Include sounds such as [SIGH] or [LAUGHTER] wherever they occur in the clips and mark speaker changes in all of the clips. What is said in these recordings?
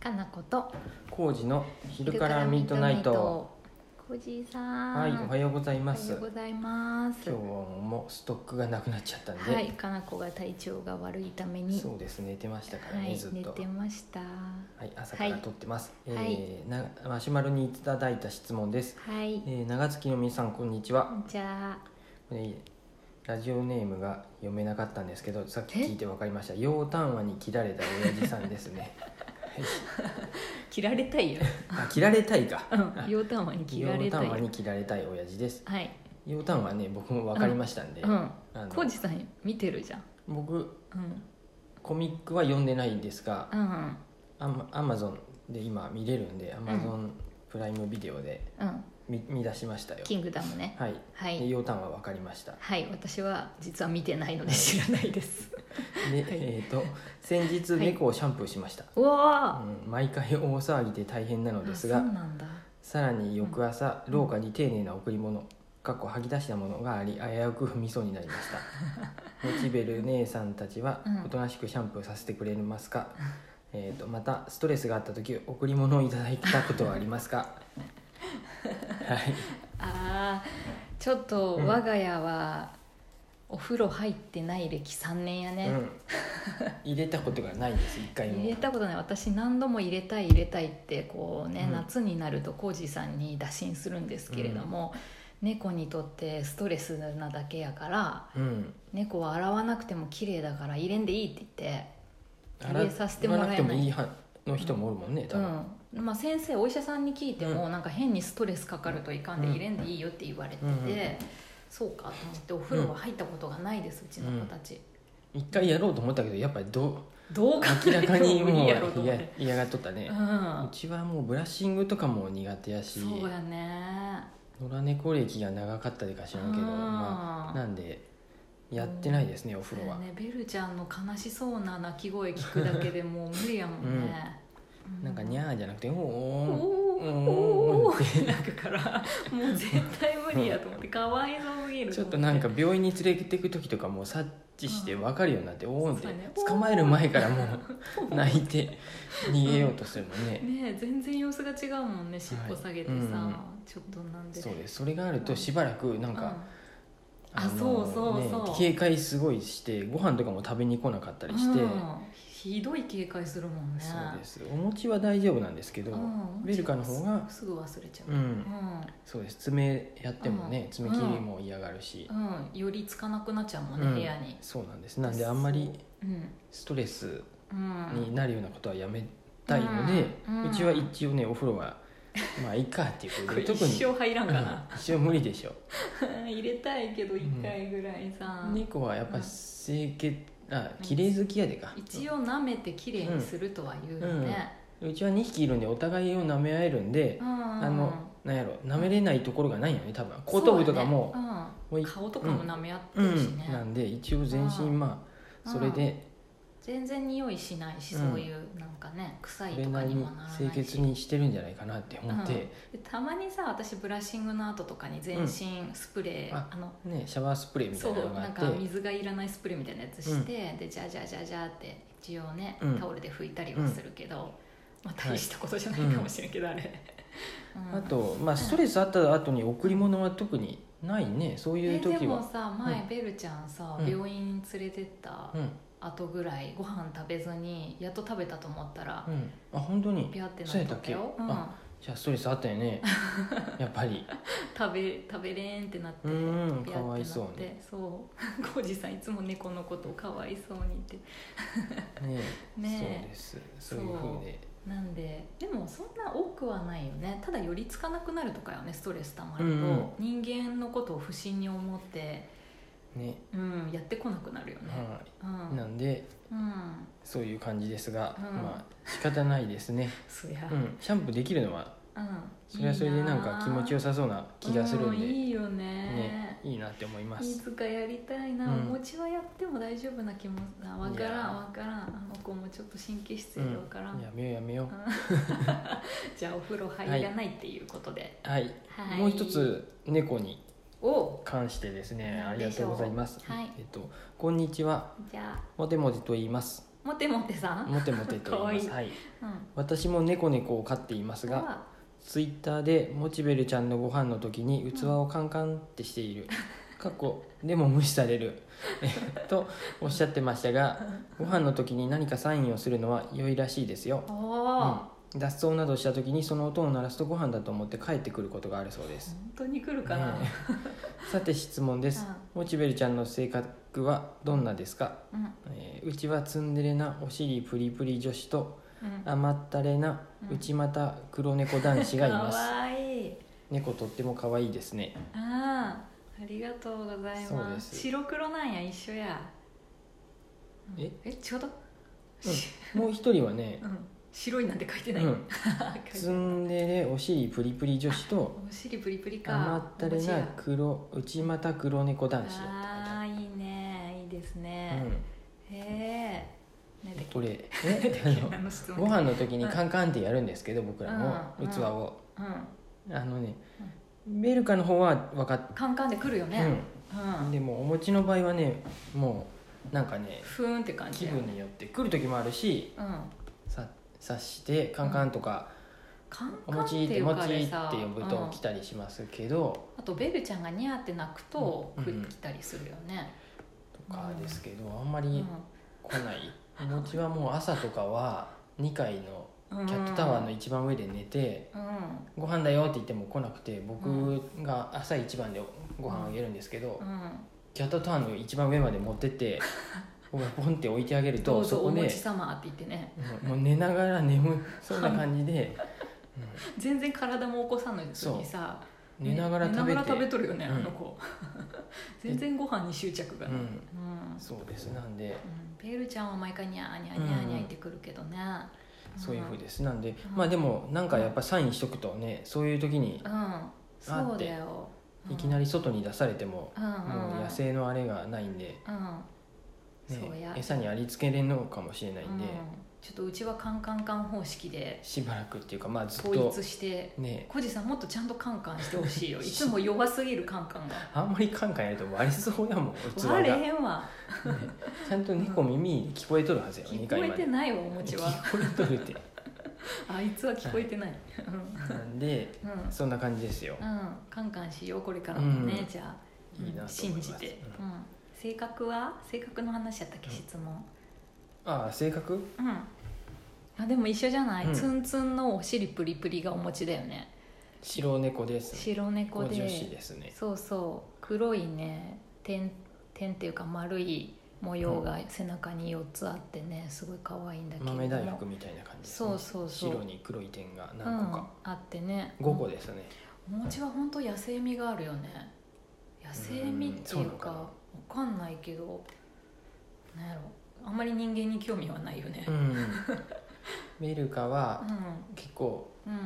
Speaker 1: かなこと
Speaker 2: 工事の昼からミートナイト。
Speaker 1: コージーさん。
Speaker 2: はいおはようござい
Speaker 1: お
Speaker 2: ま
Speaker 1: は
Speaker 2: す
Speaker 1: ようございます。
Speaker 2: 今日はもうストックがなくなっちゃったんで、
Speaker 1: はい、かなこが体調が悪いために、
Speaker 2: そうです寝てましたから
Speaker 1: は
Speaker 2: ね、
Speaker 1: い
Speaker 2: ず、っ
Speaker 1: 寝
Speaker 2: と
Speaker 1: てました。
Speaker 2: はい朝から撮ってます、
Speaker 1: はい
Speaker 2: えーなマシュマロにいただいた質問です、
Speaker 1: はい。
Speaker 2: えー長月の皆さんこんにちは、
Speaker 1: じゃ
Speaker 2: えーラジオネームが読めなかったんですけどさっき聞いて分かりました陽丹話に切られた親父さんです
Speaker 1: [LAUGHS]
Speaker 2: ね
Speaker 1: あ切られた
Speaker 2: [LAUGHS]
Speaker 1: いよ。
Speaker 2: あ切られたいか
Speaker 1: うん、ヨタマに切られ
Speaker 2: 陽
Speaker 1: た
Speaker 2: 丹
Speaker 1: い。
Speaker 2: 話に切られたい親父です
Speaker 1: はい。
Speaker 2: 陽丹話ね僕も分かりましたんで、
Speaker 1: うん。
Speaker 2: あの
Speaker 1: コージさん見てるじゃん。
Speaker 2: 僕
Speaker 1: うん。
Speaker 2: コミックは読んでないんですが
Speaker 1: うん。
Speaker 2: アマアマゾンで今見れるんでアマゾンプライムビデオで
Speaker 1: うん。
Speaker 2: 見見出しましたよ
Speaker 1: キングダムね。
Speaker 2: はい
Speaker 1: は
Speaker 2: で
Speaker 1: い。
Speaker 2: 要単は分かりました
Speaker 1: はい、私は実は見てないので知らないです。
Speaker 2: で、えっ、と先日
Speaker 1: はい
Speaker 2: 猫をシャンプーしました、
Speaker 1: うわ
Speaker 2: うん、毎回大騒ぎで大変なの
Speaker 1: ー。
Speaker 2: です
Speaker 1: あそ
Speaker 2: が
Speaker 1: うなんだ。
Speaker 2: さらに翌朝廊下に丁寧な贈り物かっこ吐き出したものがあり危うく踏みそうになりました
Speaker 1: [LAUGHS]
Speaker 2: モチベル姉さんたちは
Speaker 1: うん
Speaker 2: おとなしくシャンプーさせてくれますか、えー、とまたストレスがあった時贈り物をいただいたことはありま
Speaker 1: [LAUGHS]
Speaker 2: すかはい
Speaker 1: あーちょっと
Speaker 2: うん
Speaker 1: 我が家はお風呂入ってない歴3年やね、
Speaker 2: うん、入れたことがないです一回も
Speaker 1: 入れたことない私何度も入れたい入れたいってこうね、
Speaker 2: うん
Speaker 1: 夏になると浩二さんに打診するんですけれども、猫にとってストレスなだけやから
Speaker 2: うん
Speaker 1: 猫は洗わなくても綺麗だから入れんでいいって言って入れさせても
Speaker 2: 洗
Speaker 1: ら
Speaker 2: わ
Speaker 1: えな
Speaker 2: ないくてもいい派の人もおるもんね、多分、
Speaker 1: うんまあ、先生お医者さんに聞いても、
Speaker 2: う
Speaker 1: なんか変にストレスかかるといかんで
Speaker 2: うん
Speaker 1: 入れんでいいよって言われてて、
Speaker 2: うんうん
Speaker 1: そうかと思ってお風呂は入ったことがないです、うちの子たち、
Speaker 2: 一回やろうと思ったけどやっぱりど
Speaker 1: どう考
Speaker 2: 明
Speaker 1: え
Speaker 2: ら
Speaker 1: て
Speaker 2: かに
Speaker 1: も無
Speaker 2: も
Speaker 1: 理
Speaker 2: う
Speaker 1: やろうと思っ
Speaker 2: 嫌
Speaker 1: て、
Speaker 2: 嫌がっとったね
Speaker 1: う、ん
Speaker 2: う、ちはもうブラッシングとかも苦手やし
Speaker 1: そうやね
Speaker 2: 野良猫歴が長かったでか知らんけど、
Speaker 1: うん
Speaker 2: まあ、なんでやってないですね、お風呂は、
Speaker 1: そうやねベルちゃんの悲しそうな泣き声聞くだけでもう無理やもんね、う
Speaker 2: なんかニャーじゃなくておー
Speaker 1: おーお
Speaker 2: お
Speaker 1: ーおーおーってなるからもう絶対無理やと思ってかわいそうすぎ
Speaker 2: ー
Speaker 1: る
Speaker 2: ちょっ
Speaker 1: 思
Speaker 2: となんか病院に連れてく時とかもう察知して分かるようになって、おーんって
Speaker 1: そうやね
Speaker 2: 捕まえる前からもう泣いて
Speaker 1: [LAUGHS]
Speaker 2: 逃げようとするもんね、
Speaker 1: ねえ全然様子が違うもんね尻尾下げてさ、
Speaker 2: はいうんうん
Speaker 1: ちょっとなんで
Speaker 2: そうですそれがあるとしばらくなんか、
Speaker 1: うんあ
Speaker 2: の
Speaker 1: そうそうそう
Speaker 2: ね警戒すごいしてご飯とかも食べに来なかった
Speaker 1: う
Speaker 2: り
Speaker 1: ん
Speaker 2: して、
Speaker 1: うんひどい警戒するもんね
Speaker 2: そうですお餅は大丈夫なんですけど、
Speaker 1: うん
Speaker 2: ベルカの方が
Speaker 1: すぐ忘れちゃう
Speaker 2: う
Speaker 1: うんん、
Speaker 2: そうです爪やってもね、
Speaker 1: うん
Speaker 2: 爪切りも嫌がるし、
Speaker 1: うん、よりつかなくなっちゃうもん
Speaker 2: う
Speaker 1: ね
Speaker 2: ん
Speaker 1: 部屋に
Speaker 2: そうなんですなんであんまり
Speaker 1: うん
Speaker 2: ストレス
Speaker 1: うん
Speaker 2: になるようなことはやめたいので、
Speaker 1: う
Speaker 2: うん
Speaker 1: うん
Speaker 2: ちは一応ねお風呂
Speaker 1: [LAUGHS]
Speaker 2: はまあいいかっていうこ
Speaker 1: ことれ
Speaker 2: で特
Speaker 1: 一
Speaker 2: に
Speaker 1: 生入らんか
Speaker 2: うん
Speaker 1: な、
Speaker 2: 一応無理でしょ
Speaker 1: [LAUGHS] 入れたいけど一回ぐらいさ、
Speaker 2: 猫はやっぱ清潔あ綺麗好きやでか
Speaker 1: 一応舐めてきれいにするとは言うよね、
Speaker 2: うちは2匹いるんでお互いを舐め合えるんで
Speaker 1: う、ん
Speaker 2: あのなんやろ舐めれないところがないよね多分後頭部とかも
Speaker 1: そうだね
Speaker 2: も
Speaker 1: う
Speaker 2: うんい
Speaker 1: 顔とかも舐め合って
Speaker 2: う
Speaker 1: るしね、
Speaker 2: んなんで一応全身ま
Speaker 1: う
Speaker 2: あ
Speaker 1: ん
Speaker 2: それで
Speaker 1: 全然匂いしないし、
Speaker 2: うん
Speaker 1: そういうなんかね臭い
Speaker 2: それ
Speaker 1: とか
Speaker 2: なり
Speaker 1: に
Speaker 2: に
Speaker 1: もならないし
Speaker 2: 清潔にしてるんじゃないかなって思って、
Speaker 1: でたまにさ私ブラッシングの後とかに全身スプレー、
Speaker 2: うんあ
Speaker 1: あの
Speaker 2: ねシャワースプレーみた
Speaker 1: そ
Speaker 2: いうなのがあ
Speaker 1: なん
Speaker 2: っ
Speaker 1: か
Speaker 2: て
Speaker 1: 水がいらないスプレーみたいなやつして、でジャジャジャジャって一応ね、
Speaker 2: うん
Speaker 1: タオルで拭いたりはするけど、まあ、大したことじゃないかもしれんけど、あれ、うん
Speaker 2: あとまあストレスあった後に贈り物は特にないねそういう
Speaker 1: えで
Speaker 2: 時
Speaker 1: も
Speaker 2: は、
Speaker 1: さ前ベルちゃんさ、
Speaker 2: うん
Speaker 1: 病院連れてった後ぐらいご飯食べずにやっと食べたと思ったら
Speaker 2: うんうんあ本当に
Speaker 1: ピャってなっとったよ、
Speaker 2: そう
Speaker 1: う
Speaker 2: や
Speaker 1: ん
Speaker 2: ったっじゃあストレスあった
Speaker 1: [LAUGHS]
Speaker 2: よねやっぱり
Speaker 1: 食べ食べれんってなって
Speaker 2: うーん
Speaker 1: ピャってなって
Speaker 2: かわいそうに
Speaker 1: そう [LAUGHS] 浩二さんいつも猫のことをかわいそうにって
Speaker 2: ね
Speaker 1: ね
Speaker 2: そうですそういうふうで
Speaker 1: なんででもそんな多くはないよねただ寄りつかなくなるとかよねストレスたまると、
Speaker 2: うん
Speaker 1: 人間のことを不審に思って、
Speaker 2: ね
Speaker 1: うん、やってこなくなるよね、
Speaker 2: は
Speaker 1: うん
Speaker 2: いなんで
Speaker 1: うん、
Speaker 2: そういう感じですが、
Speaker 1: うん
Speaker 2: まあ仕方ないですね、
Speaker 1: そりゃ、[LAUGHS]
Speaker 2: う
Speaker 1: うん
Speaker 2: ん、シャンプーできるのはそれはそれでなんか気持ちよ
Speaker 1: さ
Speaker 2: さそうな気がするんで、
Speaker 1: いいよね
Speaker 2: ね、いいなって思いま
Speaker 1: い
Speaker 2: す、
Speaker 1: つかやりたいな、
Speaker 2: うん
Speaker 1: お餅はやっても大丈夫な気もあわか
Speaker 2: い
Speaker 1: ら
Speaker 2: や
Speaker 1: んわからんあの子もちょっと神経質
Speaker 2: う
Speaker 1: や
Speaker 2: ん
Speaker 1: わからん、、
Speaker 2: やめようやめよ
Speaker 1: じゃあお風呂入らないっていうことで、
Speaker 2: うはい、
Speaker 1: はい
Speaker 2: もう一つ猫に
Speaker 1: お
Speaker 2: 関してですねあ
Speaker 1: 何
Speaker 2: り
Speaker 1: で
Speaker 2: が
Speaker 1: しょう
Speaker 2: とうございます、
Speaker 1: はい
Speaker 2: えっとこんにちは
Speaker 1: じゃ
Speaker 2: もてもてと言います
Speaker 1: あモテモテさん、
Speaker 2: モテモテと言います
Speaker 1: [LAUGHS] か
Speaker 2: はい、
Speaker 1: うん、
Speaker 2: 私も猫猫を飼っていますが
Speaker 1: は
Speaker 2: ツイッターでモチベルちゃんのご飯の時に器をカンカンってして
Speaker 1: [LAUGHS]
Speaker 2: いるかっこでも無視されるとおっしゃってましたがご飯の時に何かサインをするのは良いらしいですよ、
Speaker 1: お
Speaker 2: うん
Speaker 1: お、本
Speaker 2: 脱走などした時にその音を鳴らすとご飯だと思って帰ってくることがあるそうです
Speaker 1: 当に来るかな、
Speaker 2: ねえさて質問です、モチベルちゃんの性格はどんなですか、
Speaker 1: うん
Speaker 2: えーうちはツンデレなお尻プリプリ女子と
Speaker 1: うん
Speaker 2: 甘ったれな
Speaker 1: うん
Speaker 2: 内股黒猫男子がいます、
Speaker 1: かわいい
Speaker 2: 猫とっても可愛いですね
Speaker 1: ああありがとうござい
Speaker 2: そう
Speaker 1: ま
Speaker 2: ですす
Speaker 1: 白黒なんや一緒やうん
Speaker 2: え
Speaker 1: えちょうど、
Speaker 2: もう一人はね
Speaker 1: うん、白いなんて書いて
Speaker 2: う
Speaker 1: ない、
Speaker 2: んツ
Speaker 1: 書いて
Speaker 2: ンデレお尻プリプリ女子と
Speaker 1: お尻プリプリか
Speaker 2: 甘ったれ
Speaker 1: お餅や
Speaker 2: な黒内股黒猫男子だ
Speaker 1: ああいいねいいですね、へえなん
Speaker 2: う
Speaker 1: だ
Speaker 2: ん
Speaker 1: っ、け
Speaker 2: これえ
Speaker 1: [LAUGHS]
Speaker 2: あの
Speaker 1: 何の質問
Speaker 2: ご飯の時にカンカンってやるんですけど僕らも
Speaker 1: うん
Speaker 2: 器を
Speaker 1: うん
Speaker 2: あのねベルカの方は分かっ
Speaker 1: カンカンで来るよ
Speaker 2: て、
Speaker 1: ね、うん
Speaker 2: うん、でもお餅の場合はねもうなんかね
Speaker 1: ふーんって感じ
Speaker 2: 気
Speaker 1: や
Speaker 2: 分によって来る時もあるし
Speaker 1: うん
Speaker 2: さ察してカンカンとか、
Speaker 1: カン
Speaker 2: お
Speaker 1: カンって
Speaker 2: 餅って
Speaker 1: い
Speaker 2: お
Speaker 1: うか
Speaker 2: 餅
Speaker 1: あれ
Speaker 2: って
Speaker 1: さ
Speaker 2: 呼ぶと
Speaker 1: うん
Speaker 2: 来たりしますけど、
Speaker 1: あとベルちゃんがニャーって鳴くと、
Speaker 2: うん
Speaker 1: く
Speaker 2: うん
Speaker 1: 来たりするよね、
Speaker 2: とかですけどあんま
Speaker 1: うん
Speaker 2: り来ない、お餅はもう朝とかは2階の
Speaker 1: うん
Speaker 2: キャットタワーの一番上で寝て、
Speaker 1: うん
Speaker 2: ご飯だよって言っても来なくて
Speaker 1: う
Speaker 2: 僕が朝一番でご飯あげるんですけど、
Speaker 1: うん
Speaker 2: キャットタワーの一番上まで持っ
Speaker 1: [LAUGHS]
Speaker 2: てって僕がポンって置いてあげる
Speaker 1: ど
Speaker 2: と
Speaker 1: う
Speaker 2: そ
Speaker 1: ぞ
Speaker 2: こ
Speaker 1: お
Speaker 2: で
Speaker 1: 餅様って言ってね [LAUGHS]
Speaker 2: もうもう寝ながら眠そうな感じで
Speaker 1: 全然体も起こさないのにさ
Speaker 2: 寝ながら食べ
Speaker 1: 寝ながら食べ
Speaker 2: て。
Speaker 1: とるよね、
Speaker 2: うん
Speaker 1: あの子 [LAUGHS] 全然ご飯に執着が
Speaker 2: う
Speaker 1: ない、うん
Speaker 2: ん、そうですなんで
Speaker 1: うんベルちゃんは毎回ニャーニャーニャーニャー言ってくるけどね、
Speaker 2: そういうふう
Speaker 1: で
Speaker 2: ですなんで
Speaker 1: うん
Speaker 2: まあでもなんかやっぱサインしとくとねそういう時に
Speaker 1: うんそうだよ
Speaker 2: いきなり外に出されても
Speaker 1: うんうん
Speaker 2: も
Speaker 1: うん
Speaker 2: う野生のあれがないんで、
Speaker 1: うんそう
Speaker 2: ね
Speaker 1: や、
Speaker 2: 餌にありつけれんのかもしれないんで、
Speaker 1: うんちょっとうちはカンカンカン方式で
Speaker 2: しばらくっていうかまあずっ
Speaker 1: 統
Speaker 2: と
Speaker 1: 一して
Speaker 2: ね
Speaker 1: 小路さんもっとちゃんとカンカンしてほしい
Speaker 2: [LAUGHS]
Speaker 1: よいつも弱すぎるカンカンが
Speaker 2: あんまりカンカンやると割れそうやもん器が、
Speaker 1: 割れ
Speaker 2: ね、
Speaker 1: へんわ
Speaker 2: ちゃんと猫耳聞こえとるはずよ、
Speaker 1: 聞
Speaker 2: 二
Speaker 1: こ
Speaker 2: 階
Speaker 1: え
Speaker 2: ま
Speaker 1: て
Speaker 2: で
Speaker 1: ないわお餅
Speaker 2: [LAUGHS]
Speaker 1: は
Speaker 2: 聞こえと
Speaker 1: [LAUGHS]
Speaker 2: るって
Speaker 1: あいつは聞こえてない、
Speaker 2: なんで
Speaker 1: うんうん
Speaker 2: そんな感じですよ
Speaker 1: うんカンカンしようこれからもね、
Speaker 2: うん
Speaker 1: じゃあ
Speaker 2: いいなと思い
Speaker 1: 信
Speaker 2: ます
Speaker 1: じて、うん、性格は性格の話やったっけ
Speaker 2: うん
Speaker 1: 質問
Speaker 2: ああ性格
Speaker 1: うんあでも一緒じゃない、
Speaker 2: うん
Speaker 1: ツンツンのお尻プリプリがお餅だよね
Speaker 2: 白猫です
Speaker 1: 白猫
Speaker 2: 猫
Speaker 1: で
Speaker 2: 女子ですね
Speaker 1: そうそう黒いね点点っていうか丸い模様が背中に4つあってねすごい可愛いんだけども
Speaker 2: 豆大福みたいな感じです、ね、
Speaker 1: そうそうそう
Speaker 2: 白に黒い点が
Speaker 1: うん
Speaker 2: 何個か、
Speaker 1: あってね
Speaker 2: 五5個ですね、
Speaker 1: お餅は本当野生味があるよね野生味っていう
Speaker 2: うんそうなの
Speaker 1: か
Speaker 2: かな
Speaker 1: わかんないけどなんやろあんまり人間に興味はないよね
Speaker 2: う、ん、
Speaker 1: [LAUGHS]
Speaker 2: メルカは
Speaker 1: うん
Speaker 2: 結構
Speaker 1: うん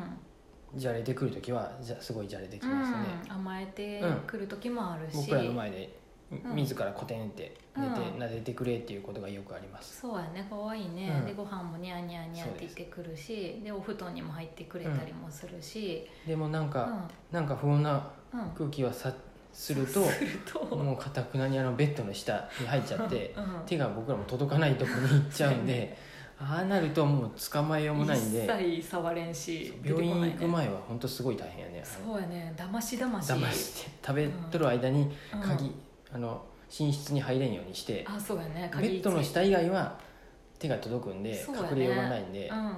Speaker 2: じゃれてくる時はじゃすごいじゃれてき
Speaker 1: う
Speaker 2: ますね、
Speaker 1: ん、甘えてくる時もあるし、
Speaker 2: 僕らの前で
Speaker 1: ん
Speaker 2: 自らコテンって寝て、
Speaker 1: うん
Speaker 2: 撫でてくれっていうことがよくあります、
Speaker 1: そうやね可愛いね、
Speaker 2: うん
Speaker 1: でご飯もニャーニャーニャーって言ってくるしでお布団にも入ってくれたりもするし、
Speaker 2: でもなん
Speaker 1: うん
Speaker 2: か、なんか不穏な
Speaker 1: うん
Speaker 2: 空気はさすると
Speaker 1: すると
Speaker 2: [LAUGHS] もうかたくなにあのベッドの下に入っちゃって
Speaker 1: うん
Speaker 2: 手が僕らも届かないとこに行っちゃうん
Speaker 1: そうや
Speaker 2: でああなるともう捕まえようもないんで
Speaker 1: 一切触れんし出てこ
Speaker 2: 病院
Speaker 1: ない
Speaker 2: 行く前は本当すごい大変やね
Speaker 1: ねそうやねだましだまし
Speaker 2: 騙して食べとる間に鍵、あの寝室に入れんようにして
Speaker 1: うんあそうやね
Speaker 2: ベッドの下以外は手が届くんで、
Speaker 1: そうだね
Speaker 2: 隠れようがないんで、
Speaker 1: うんうんうん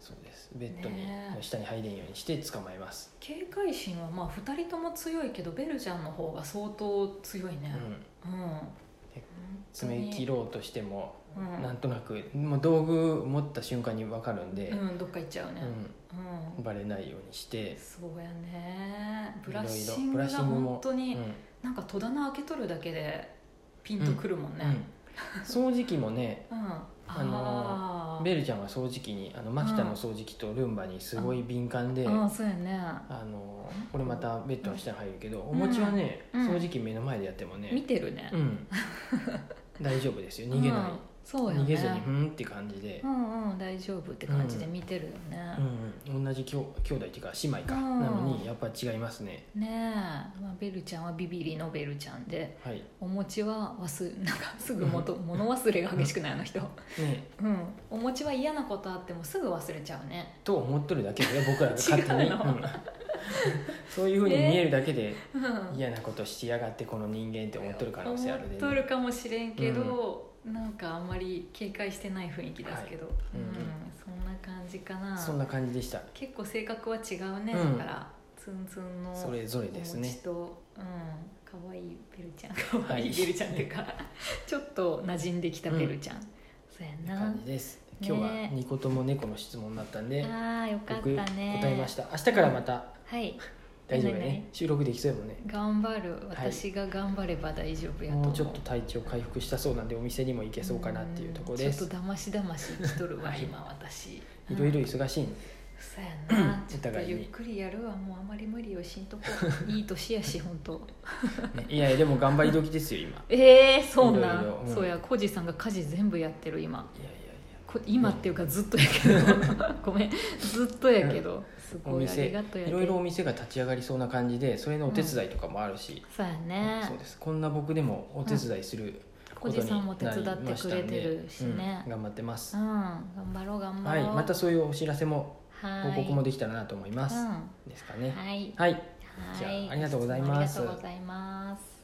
Speaker 2: そうですベッドに
Speaker 1: ねえ
Speaker 2: の下に入れんようにして捕まえます、
Speaker 1: 警戒心はまあ2人とも強いけどベルちゃんの方が相当強いね
Speaker 2: うん、
Speaker 1: うん、
Speaker 2: え爪切ろうとしても、
Speaker 1: うん
Speaker 2: なんとなくもう道具持った瞬間に分かるんで、
Speaker 1: うんどっか行っちゃうね
Speaker 2: う
Speaker 1: うん、
Speaker 2: んバレないようにして、
Speaker 1: そうやねブラッ
Speaker 2: いろいろ
Speaker 1: シング
Speaker 2: ブ
Speaker 1: が
Speaker 2: ラッシングも
Speaker 1: 本当
Speaker 2: うん
Speaker 1: になんか戸棚開けとるだけでピンとくるもんね
Speaker 2: うん掃除機もね
Speaker 1: うん、あ
Speaker 2: あ
Speaker 1: あ
Speaker 2: ベルちゃんは掃除機にあのマキタの掃除機とルンバにすごい敏感で、
Speaker 1: うんそうやね
Speaker 2: あのこれまたベッドの下に入るけど、お餅はね、
Speaker 1: うん
Speaker 2: 掃除機目の前でやってもね、 [LAUGHS]
Speaker 1: 見てるね
Speaker 2: うん、大丈夫ですよ逃げない、
Speaker 1: そうよ
Speaker 2: 逃げずに
Speaker 1: ね
Speaker 2: ふんって感じで
Speaker 1: う、んうん大丈夫って感じで見てるよ
Speaker 2: う
Speaker 1: ね、
Speaker 2: んうん、同じきょ兄弟っていうか姉妹か、
Speaker 1: うん
Speaker 2: なのにやっぱ違いますね
Speaker 1: ねえ、まあ、ベルちゃんはビビリのベルちゃんで
Speaker 2: はい
Speaker 1: お餅は忘なんかすぐ元物忘れが激しくないあの人
Speaker 2: ね
Speaker 1: うんお餅は嫌なことあってもすぐ忘れちゃうね
Speaker 2: と思っとるだけで僕らが勝手に、
Speaker 1: [LAUGHS] 違うの
Speaker 2: うん [LAUGHS] そういうふうに見えるだけで
Speaker 1: うん
Speaker 2: 嫌なことしやがってこの人間って思っとる可能性あるで、
Speaker 1: 思っとるかもしれんけど、なんかあんまり警戒してない雰囲気ですけど、
Speaker 2: いうん
Speaker 1: うんそんな感じかな
Speaker 2: そんな感じでした
Speaker 1: 結構性格は違うね、
Speaker 2: うん
Speaker 1: だからツンツンの
Speaker 2: それぞれです
Speaker 1: お
Speaker 2: ね
Speaker 1: 餅と、うん、かわいいベルちゃんかわい
Speaker 2: はいい
Speaker 1: ベルちゃんっていう
Speaker 2: [LAUGHS]
Speaker 1: か、ちょっと馴染んできたベルちゃん、そうやな
Speaker 2: 感じです今日は
Speaker 1: ね
Speaker 2: 2個とも猫の質問だったんで、
Speaker 1: あーよかっ
Speaker 2: 僕
Speaker 1: たね
Speaker 2: 答えました明日からまた
Speaker 1: はい
Speaker 2: 大丈夫や
Speaker 1: 何々
Speaker 2: ね収録できそうやもんね
Speaker 1: 頑張る私が頑張れば大丈夫やと思う、
Speaker 2: もうちょっと体調回復したそうなんでお店にも行けそうかなっていうところで
Speaker 1: ん
Speaker 2: す
Speaker 1: ちょっとだましだまし生きとるわ
Speaker 2: はい
Speaker 1: 今私
Speaker 2: いろいろ
Speaker 1: うん
Speaker 2: 忙しいんで
Speaker 1: そうやなちょっ
Speaker 2: お
Speaker 1: と
Speaker 2: 互いに
Speaker 1: ゆっくりやるわもうあまり無理をしんとこいい年やし本当
Speaker 2: ねいやいやでも頑張り時ですよ今い
Speaker 1: ええそうないん
Speaker 2: ろいろうん
Speaker 1: そうやコージさんが家事全部やってる今
Speaker 2: やいやい
Speaker 1: こ今っていうかずっとやけど
Speaker 2: [LAUGHS]
Speaker 1: ごめんずっとやけどす
Speaker 2: やお
Speaker 1: ごいあり
Speaker 2: 店
Speaker 1: がとうや
Speaker 2: い
Speaker 1: で
Speaker 2: ろいろお店が立ち上がりそうな感じでそれのお手伝いとかもあるし、
Speaker 1: そうやね
Speaker 2: そうですこんな僕でもお手伝いすること
Speaker 1: おじ
Speaker 2: に
Speaker 1: さんも手
Speaker 2: な
Speaker 1: 伝
Speaker 2: り
Speaker 1: って
Speaker 2: まし
Speaker 1: く
Speaker 2: た
Speaker 1: れ
Speaker 2: ん
Speaker 1: て
Speaker 2: で
Speaker 1: るしね
Speaker 2: うん頑張ってます、
Speaker 1: うん頑張ろう頑張
Speaker 2: は
Speaker 1: ろ
Speaker 2: いうまたそういうお知らせも
Speaker 1: 報
Speaker 2: 報告もできたらなと思います、
Speaker 1: うん
Speaker 2: ですかね
Speaker 1: はい
Speaker 2: は
Speaker 1: は
Speaker 2: い
Speaker 1: い
Speaker 2: じゃあありがとうございます
Speaker 1: つもありがとうございます